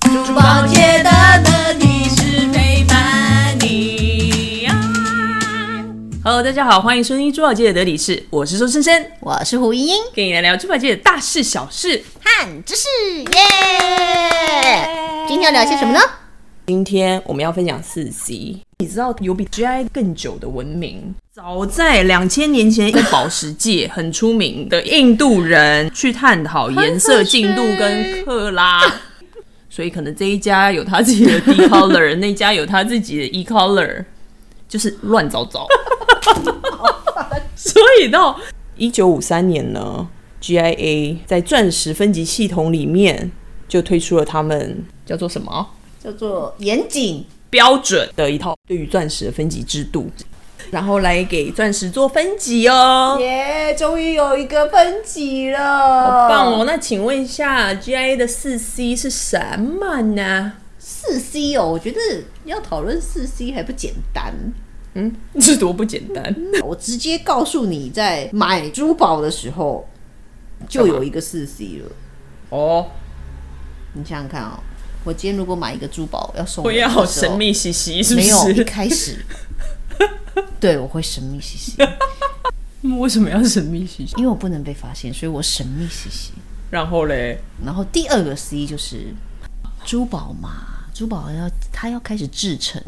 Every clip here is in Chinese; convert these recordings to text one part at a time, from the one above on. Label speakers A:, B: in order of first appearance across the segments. A: 珠宝界的乐迪是陪伴你啊。
B: Hello，大家好，欢迎收听珠宝界的得理事，我是周深深，
A: 我是胡一英，
B: 跟你来聊珠宝界的大事小事。
A: 看知识耶！今天要聊些什么呢？
B: 今天我们要分享四 C，你知道有比 GI 更久的文明？早在两千年前，一个宝石界很出名的印度人去探讨颜色进度跟克拉， 所以可能这一家有他自己 的 D color，那家有他自己的 E color，就是乱糟糟。所以到一九五三年呢，GIA 在钻石分级系统里面就推出了他们叫做什么？
A: 叫做严谨。
B: 标准的一套对于钻石的分级制度，然后来给钻石做分级哦。
A: 耶，终于有一个分级了，
B: 好棒哦！！那请问一下，GIA 的四 C 是什么呢？
A: 四 C 哦，我觉得要讨论四 C 还不简单。
B: 嗯，这多不简单！
A: 我直接告诉你，在买珠宝的时候就有一个四 C 了。
B: 哦，
A: 你想想看哦，我今天如果买一个珠宝要送
B: 我
A: 人
B: 也
A: 的
B: 好
A: 时
B: 神
A: 候
B: 秘兮兮，是不
A: 没有一
B: 是？
A: 开始， 对我会神秘兮兮，
B: 为什么要神秘兮兮？
A: 因为我不能被发现，所以我神秘兮兮。
B: 然后嘞，
A: 然后第二个 C 就是珠宝嘛，珠宝要它要开始制成，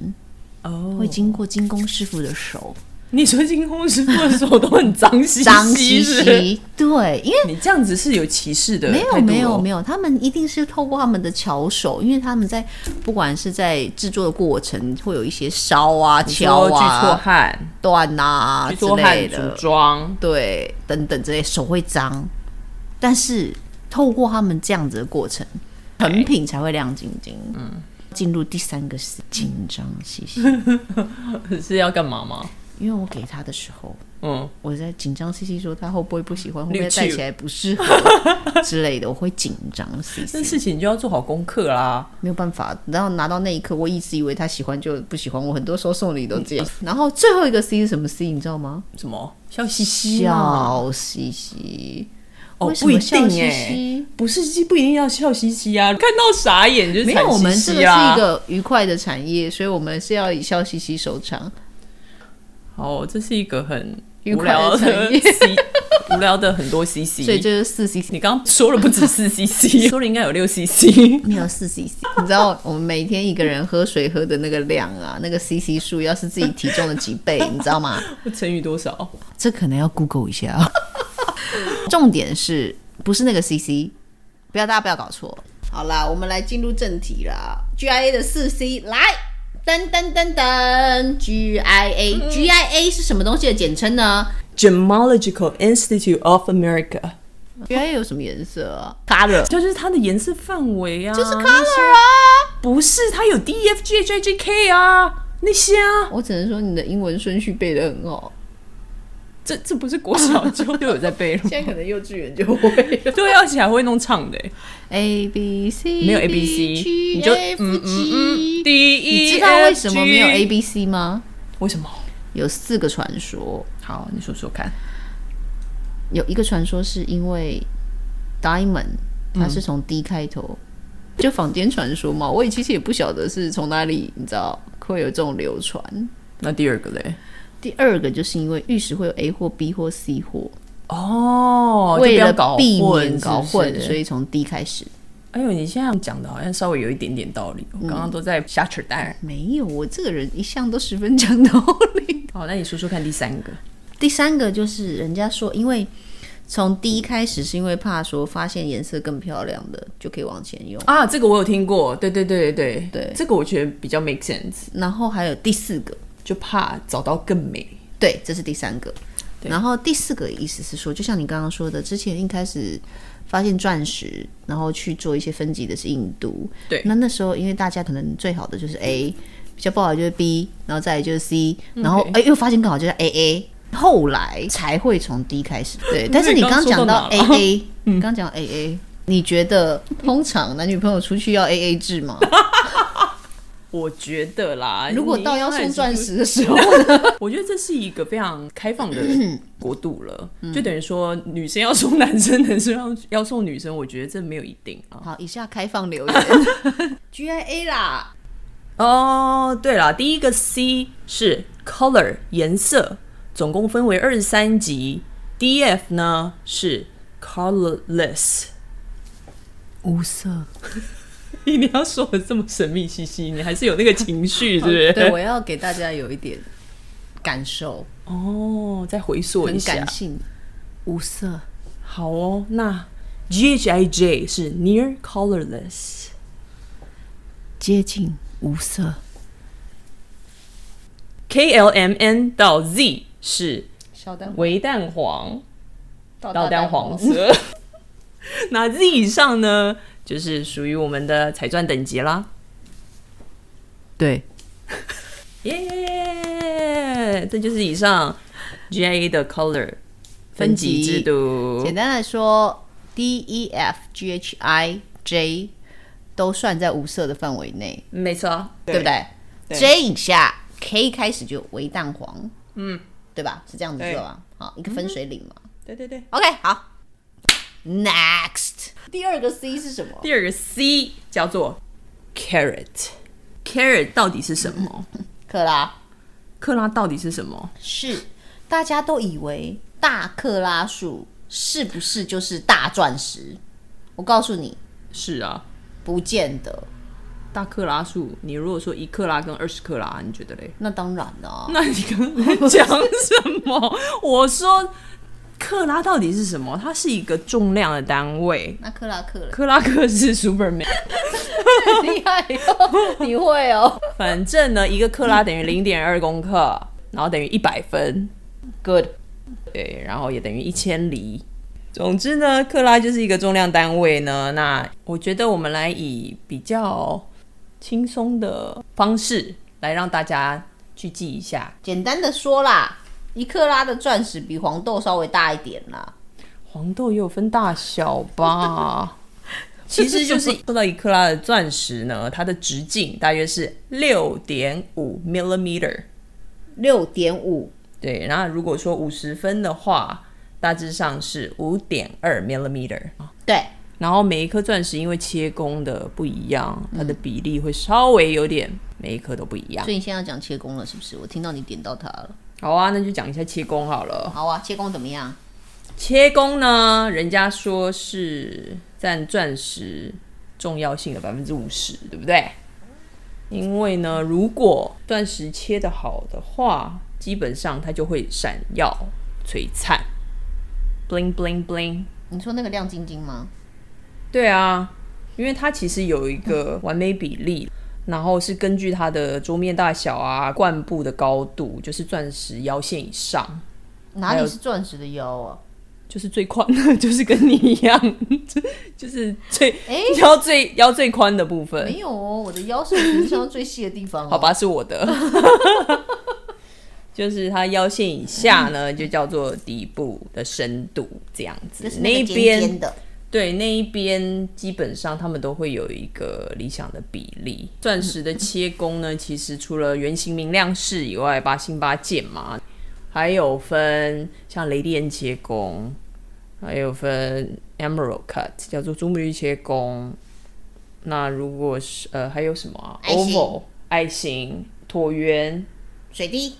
B: 哦，
A: 会经过精工师傅的手，
B: 你说进空师傅的时候都很脏兮
A: 脏
B: 兮，
A: 兮
B: 是不是？
A: 兮，对，因为。
B: 你这样子是有歧视的
A: 没有
B: 态度
A: 没有
B: 哦
A: 没有，他们一定是透过他们的巧手，因为他们在不管是在制作的过程，会有一些烧啊、
B: 你说
A: 敲
B: 巨错
A: 啊、
B: 汉，
A: 断啊
B: 巨
A: 之
B: 错
A: 类
B: 汉
A: 的
B: 服，装，
A: 对，等等这些手会脏，但是透过他们这样子的过程，成品才会亮晶晶。嗯，进入第三个是紧张兮 兮，
B: 是要干嘛吗？
A: 因为我给他的时候，
B: 嗯，
A: 我在紧张兮兮说他会不会不喜欢，会不
B: 绿
A: 会
B: 气
A: 戴起来不适 合之类的，我会紧张兮
B: 这
A: 兮，
B: 事情就要做好功课啦。
A: 没有办法。然后拿到那一刻，我一直以为他喜欢就不喜欢，我很多时候送礼都
B: 嗯
A: 这样。然后最后一个 C 是什么 C？你知道吗？
B: 什么笑嘻嘻嘛？
A: 笑兮兮。
B: 啊哦
A: 为，什
B: 不一
A: 么笑
B: 定
A: 嘻
B: 哎，
A: 嘻？
B: 不是嘻不一定要笑嘻嘻啊，看到傻眼就是
A: 没有，
B: 惨
A: 我们
B: 兮
A: 这
B: 兮啊啦
A: 个是一个愉快的产业，所以我们是要以笑嘻嘻收场。
B: 哦，这是一个很
A: 愉
B: 无
A: 快的
B: 聊的
A: 产 业
B: C，无聊的很多 CC。
A: 所以这是四 CC，
B: 你刚刚说了不止四 CC，说了应该有六 CC。
A: 没有四 CC。你知道我们每天一个人喝水喝的那个量啊，那个 CC 数要是自己体重的几倍，你知道吗？
B: 乘以多少？
A: 这可能要 Google 一下啊。 重点是不是那个 CC？不要大家不要搞错。好啦，我们来进入正题啦。GIA 的四 C 来。噔噔噔噔，GIA GIA 是什么东西的简称呢
B: Gemological Institute of America，
A: ？GIA 有什么颜色啊？Color
B: 就是它的颜色范围啊，就是
A: color 啊！
B: 不是它有 D E F G H I J K 啊那些啊，
A: 我只能说你的英文顺序背得 很好，
B: 这这不是国小 就就有在背了吗？
A: 现在可能幼稚园就会了。
B: 对啊，而且还会弄唱的欸，
A: A B C E,
B: 没有 A B C，你就嗯嗯嗯，D 嗯 E，
A: 你知道为什么没有
B: F,
A: A
B: G
A: B C 吗？
B: 为什么？
A: 有四个传说，
B: 好，你说说看。
A: 有一个传说是因为 Diamond 它是从 D 开头，就坊间传说嘛，我也其实也不晓得是从哪里，你知道会有这种流传。
B: 那第二个嘞？
A: 第二个就是因为玉石会有 A 或 B 或 C 或，
B: 哦，就
A: 为
B: 不要
A: 了
B: 搞
A: 避
B: 混
A: 免搞混，
B: 是不是
A: 所以从 D 开始。
B: 哎呦，你现在讲的好像稍微有一点点道理，我刚刚都在瞎扯淡。
A: 没有，我这个人一向都十分讲道理。
B: 好，那你说说看第三个。
A: 第三个就是人家说，因为从第一开始是因为怕说发现颜色更漂亮的就可以往前用，
B: 啊，这个我有听过，对对对对对
A: 对
B: 这个我觉得比较 make sense，
A: 然后还有第四个，
B: 就怕找到更美。
A: 对，这是第三个。然后第四个意思是说，就像你刚刚说的，之前一开始发现钻石，然后去做一些分级的是印度。
B: 对
A: 那那时候因为大家可能最好的就是 A，比较不好的就是 B，然后再来就是 C，然后
B: OK
A: 哎、又发现更好就是 AA，后来才会从 D 开始。对，但是你
B: 刚刚
A: 刚讲
B: 说到
A: 到
B: 哪了
A: AA，你刚讲 AA，你觉得通常男女朋友出去要 AA 制吗？
B: 我觉得啦，
A: 如果
B: 你
A: 到要
B: 一开
A: 送
B: 始
A: 钻
B: 就
A: 石的时候呢？
B: 我觉得这是一个非常开放 的国度了，就等于说女生要送男生，男生要要送女生，我觉得这没有一定啊。
A: 好，以下开放留言 ，GIA 啦，
B: 哦，对了，第一个 C 是 color 颜色，总共分为二十三级，DF 呢是 colorless。
A: 无色。
B: 一定要说的这么神秘兮兮，你还是有那个情绪，是不是？
A: 对，我要给大家有一点感受，
B: 哦，再回溯一
A: 很
B: 下
A: 感，性，无色。
B: 好哦。那 G H I J 是 near colorless。
A: 接近无色，
B: KLMN 到 Z 是
A: 小蛋
B: 微蛋黄到
A: 到
B: 哦蛋黄色。 那 Z 以上呢，就是属于我们的彩钻等级啦。
A: 对，
B: 耶、这就是以上 GIA 的 color 分级制度
A: 简。单来说，D E F G H I J 都算在无色的范围内，
B: 没错，
A: 对不对？J 以下，K 开始就为蛋黄，嗯，对吧？是这样子
B: 对嗯
A: 做吧？好，一个分水岭嘛。
B: 对对对。
A: OK，好，Next，第二个 C 是什么？
B: 第二个 C 叫做 carrot。carrot 到底是什 么？
A: 克拉
B: 克拉到底是什么？
A: 是大家都以为大克拉数是不是就是大钻石？我告诉你，
B: 是啊，
A: 不见得。
B: 大克拉数。你如果说一克拉跟二十克拉，你觉得嘞？
A: 那当然了、啊，
B: 那你刚刚讲什么？我说克拉到底是什么？它是一个重量的单位。
A: 那克拉克了。
B: 克拉克是 Superman，
A: 厉害哦，你会哦。
B: 反正呢，一个克拉等于零点二公克，然后等于一百分，
A: Good，
B: 对，然后也等于一千里。总之呢，克拉就是一个重量单位呢。那我觉得我们来以比较轻松的方式来让大家去记一下
A: 简单的说啦，一克拉的钻石比黄豆稍微大一点啦。
B: 黄豆也有分大小 吧？其实就是说到一克拉的钻石呢，它的直径大约是六点五 millimeter。
A: 六点五，
B: 对，然后如果说五十分的话，大致上是五点二 millimeter。
A: 对，
B: 然后每一颗钻石因为切工的不一样，它的比例会稍微有点，每一颗都不一样
A: 所。以你现在要讲切工了，是不是？我听到你点到它了。
B: 好啊，那就讲一下切工好了。
A: 好啊，切工怎么样？
B: 切工呢，人家说是占钻石重要性的百分之五十，对不对？因为呢，如果钻石切得好的话，基本上它就会闪耀璀璨，bling bling bling。
A: 你说那个亮晶晶吗？
B: 对啊，因为它其实有一个完美比例，然后是根据它的桌面大小啊、冠部的高度，就是钻石腰线以上，
A: 哪里是钻石的腰啊？
B: 就是最宽的，就是跟你一样， 就是最、
A: 诶
B: 腰最腰最宽的部分。
A: 没有哦，我的腰是平常最细的地方、哦。
B: 好，吧，是我的， 就是它腰线以下呢，就叫做底部的深度这样子。
A: 就是
B: 那
A: 那
B: 一
A: 个尖
B: 边
A: 尖的。
B: 对那一边，基本上他们都会有一个理想的比例。钻石的切工呢，其实除了圆形明亮式以外，八星八箭嘛，还有分像雷电切工，还有分 emerald cut，叫做朱木绿切工。那如果是呃，还有什么啊
A: 爱心
B: ？oval 爱心、椭圆、
A: 水滴，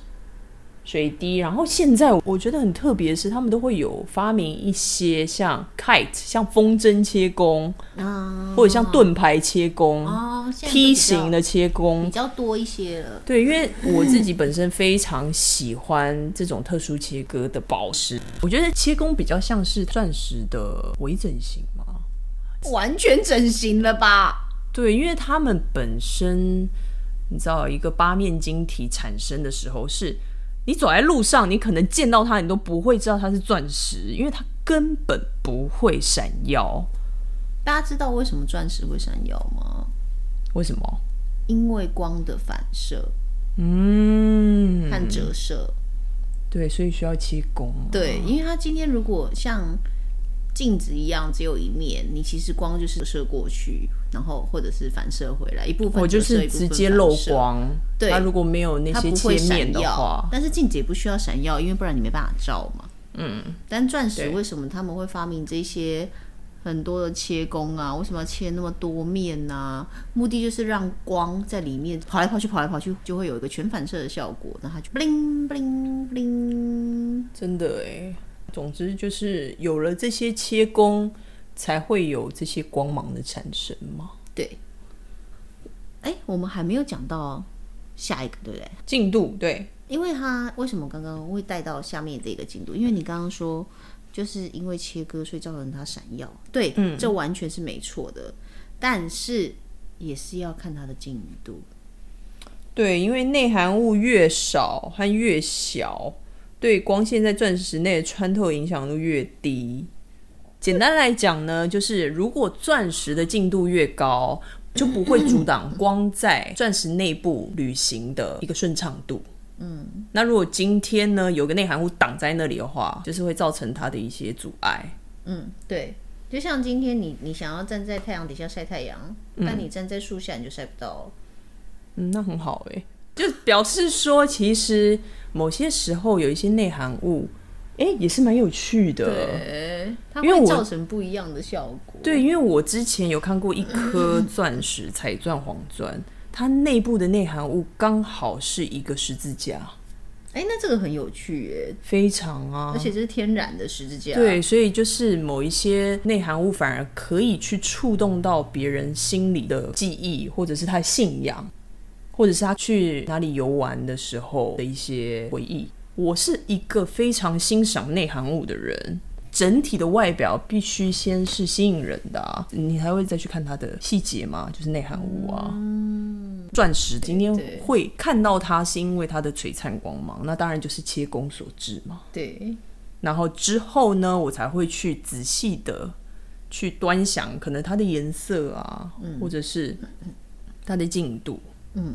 B: 水滴，然后现在我觉得很特别的是，他们都会有发明一些像 kite，像风筝切工，
A: 啊
B: 或者像盾牌切工、
A: 哦，
B: 嗯
A: 现在都比较
B: 梯形的切
A: 比
B: 工。
A: 较多一些了。
B: 对，因为我自己本身非常喜欢这种特殊切割的宝石，我觉得切工比较像是钻石的微整形嘛。
A: 完全整形了吧？
B: 对，因为它们本身，你知道，一个八面晶体产生的时候是，你走在路上，你可能见到它，你都不会知道它是钻石，因为它根本不会闪耀。
A: 大家知道为什么钻石会闪耀吗？
B: 为什么？
A: 因为光的反射
B: 嗯，
A: 和折射。
B: 对，所以需要切工。
A: 对，因为它今天如果像镜子一样只有一面，你其实光就是射过去，然后或者是反射回来，一部分
B: 我哦就
A: 折射
B: 是
A: 一部
B: 直
A: 分
B: 切漏
A: 反射
B: 光。
A: 对
B: 它如果没有那
A: 它
B: 些
A: 不
B: 切
A: 会闪
B: 面的
A: 耀
B: 话，，
A: 但是镜子也不需要闪耀，因为不然你没办法照嘛。嗯，但钻石
B: 对
A: 为什么他们会发明这些很多的切工啊？为什么要切那么多面呢、目的就是让光在里面跑来跑去，跑来跑去，就会有一个全反射的效果，然后它就 bling bling bling。
B: 真的哎。总之就是有了这些切工，才会有这些光芒的产生嘛。
A: 对，哎，我们还没有讲到下一个，对不对？
B: 进度对，
A: 因为它为什么刚刚会带到下面这个进度？因为你刚刚说，就是因为切割，所以造成它闪耀。嗯对，这完全是没错的，但是也是要看它的进度。
B: 对，因为内含物越少和越小，对光线在钻石内的穿透影响度越低。简单来讲呢，就是如果钻石的进度越高，就不会阻挡光在钻石内部旅行的一个顺畅度。嗯，那如果今天呢有个内含物挡在那里的话，就是会造成它的一些阻碍。
A: 嗯，对，就像今天你你想要站在太阳底下晒太阳，但你站在树下你就晒不到。
B: 嗯，那很好诶、就表示说，其实某些时候有一些内含物，诶、也是蛮有趣的。
A: 对，它
B: 因为
A: 会
B: 我
A: 造成不一样的效果。
B: 对，因为我之前有看过一颗钻石，彩钻、黄钻，它内部的内含物刚好是一个十字架，
A: 哎，那这个很有趣耶，
B: 非常啊
A: 而。且这是天然的十字架。
B: 对，所以就是某一些内含物反而可以去触动到别人心里的记忆，或者是他的信仰，或者是他去哪里游玩的时候的一些回忆。我是一个非常欣赏内含物的人，整体的外表必须先是吸引人的、啊，你才会再去看它的细节嘛，就是内含物啊。钻石今天
A: 对
B: 会看到它，是因为它的璀璨光芒，那当然就是切工所致嘛。
A: 对，
B: 然后之后呢，我才会去仔细的去端详，可能它的颜色啊，或者是它的进度，
A: 嗯，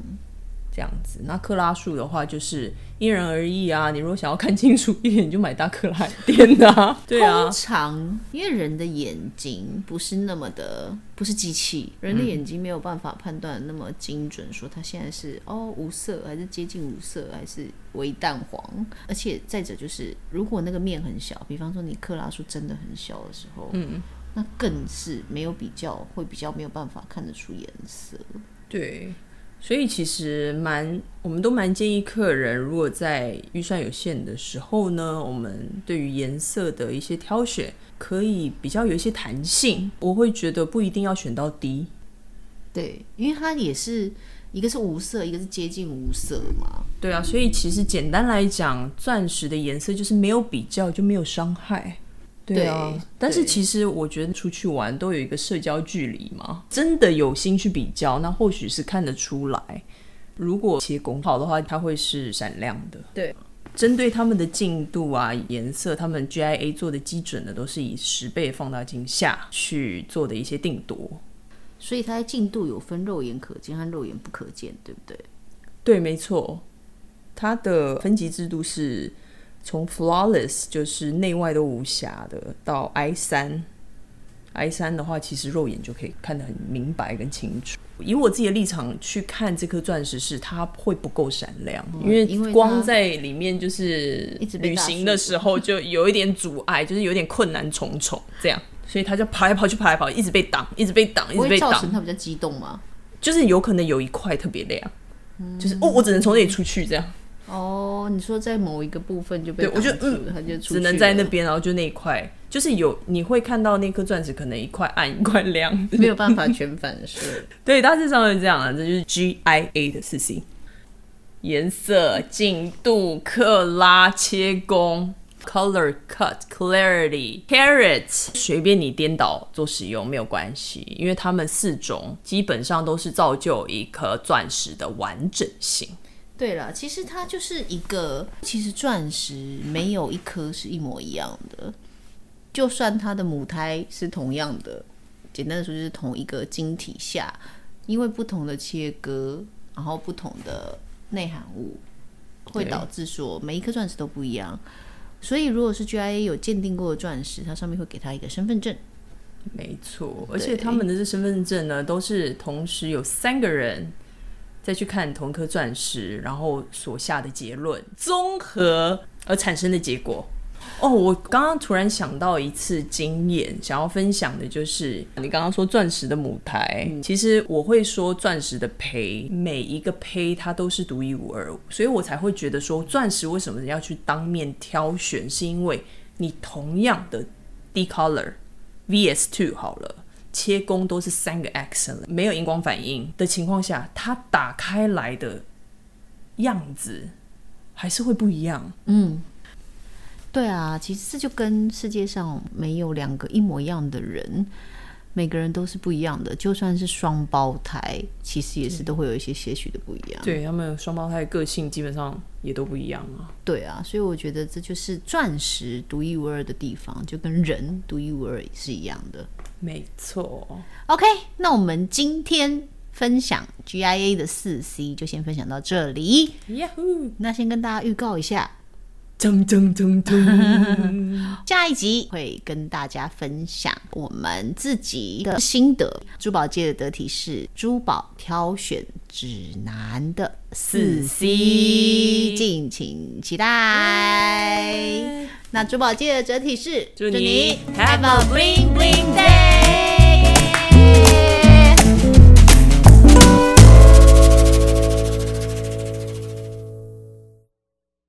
B: 这样子。那克拉数的话，就是因人而异啊。你如果想要看清楚一点，你就买大克拉店的、啊。 对啊
A: 通，常因为人的眼睛不是那么的，不是机器，人的眼睛没有办法判断那么精准，说它现在是哦无色，还是接近无色，还是微淡黄。而且再者就是，如果那个面很小，比方说你克拉数真的很小的时候，嗯，那更是没有比较，会比较没有办法看得出颜色。
B: 对。所以其实蛮，我们都蛮建议客人，如果在预算有限的时候呢，我们对于颜色的一些挑选，可以比较有一些弹性。我会觉得不一定要选到低，
A: 对，因为它也是一个是无色，一个是接近无色嘛。
B: 对啊，所以其实简单来讲，钻石的颜色就是没有比较就没有伤害。对啊，
A: 对
B: 但是
A: 对
B: 其实我觉得出去玩都有一个社交距离嘛，真的有心去比较，那或许是看得出来。如果切工好的话，它会是闪亮的。
A: 对，
B: 针对他们的进度啊、颜色，他们 GIA 做的基准呢，都是以十倍放大镜下去做的一些定夺。
A: 所以它的进度有分肉眼可见和肉眼不可见，对不对？
B: 对，没错，它的分级制度是从 flawless 就是内外都无瑕的，到 I 三。I 三的话，其实肉眼就可以看得很明白跟清楚。以我自己的立场去看这颗钻石，是它会不够闪亮，因
A: 嗯因为它
B: 为光在里面就是
A: 一直被
B: 旅
A: 大
B: 行
A: 树
B: 的时候就有一点阻碍，就是有点困难重重这样，所以它就跑来跑去，跑来跑去，一直被挡，一直被挡，一
A: 不
B: 直
A: 会
B: 被
A: 造
B: 挡
A: 成。他比较激动吗？
B: 就是有可能有一块特别亮，就是
A: 嗯
B: 哦，我只能从那里出去，这样
A: 哦，你说在某一个部分就被
B: 对我就嗯
A: 挡住了，他就出
B: 只能
A: 去
B: 在那
A: 了
B: 边，然后就那一块，就是有你会看到那颗钻石可能一块暗一块亮，
A: 没有办法全反射。
B: 对，大致上是这样啊，这就是 GIA 的四 C，颜色、进度、克拉、切工。Color cut, clarity, carrots，随便你颠倒做使用没有关系，因为它们四种基本上都是造就一颗钻石的完整性。
A: 对了，其实它就是一个，其实钻石没有一颗是一模一样的，就算它的母胎是同样的，简单的说就是同一个晶体下，因为不同的切割，然后不同的内含物，会
B: 对
A: 导致说每一颗钻石都不一样。所以如果是 GIA 有鉴定过的钻石，它上面会给他一个身份证。
B: 没错，而且他们的这身份证呢，都是同时有三个人再去看同一颗钻石，然后所下的结论，综合而产生的结果。哦，我刚刚突然想到一次经验，想要分享的就是你刚刚说钻石的母胎，其实我会说钻石的胚，每一个胚它都是独一无二，所以我才会觉得说钻石为什么要去当面挑选，是因为你同样的 D color VS two 好了，切工都是三个 accent，没有荧光反应的情况下，它打开来的样子还是会不一样。
A: 对啊，其实这就跟世界上没有两个一模一样的人，每个人都是不一样的。就算是双胞胎，其实也是都会有一些些许的不一样。
B: 对他们双胞胎的个性基本上也都不一样啊。
A: 对啊，所以我觉得这就是钻石独一无二的地方，就跟人独一无二是一样的。
B: 没错，
A: OK，那我们今天分享 GIA 的四 C 就先分享到这里。
B: 呀呼，
A: 那先跟大家预告一下，
B: 噔噔噔 噔，
A: 下一集会跟大家分享我们自己的心得。珠宝界的得体是珠宝挑选指南的四 C，
B: 4C
A: 敬请期待。那珠宝界的得体是
B: 祝你 Have a bling bling day。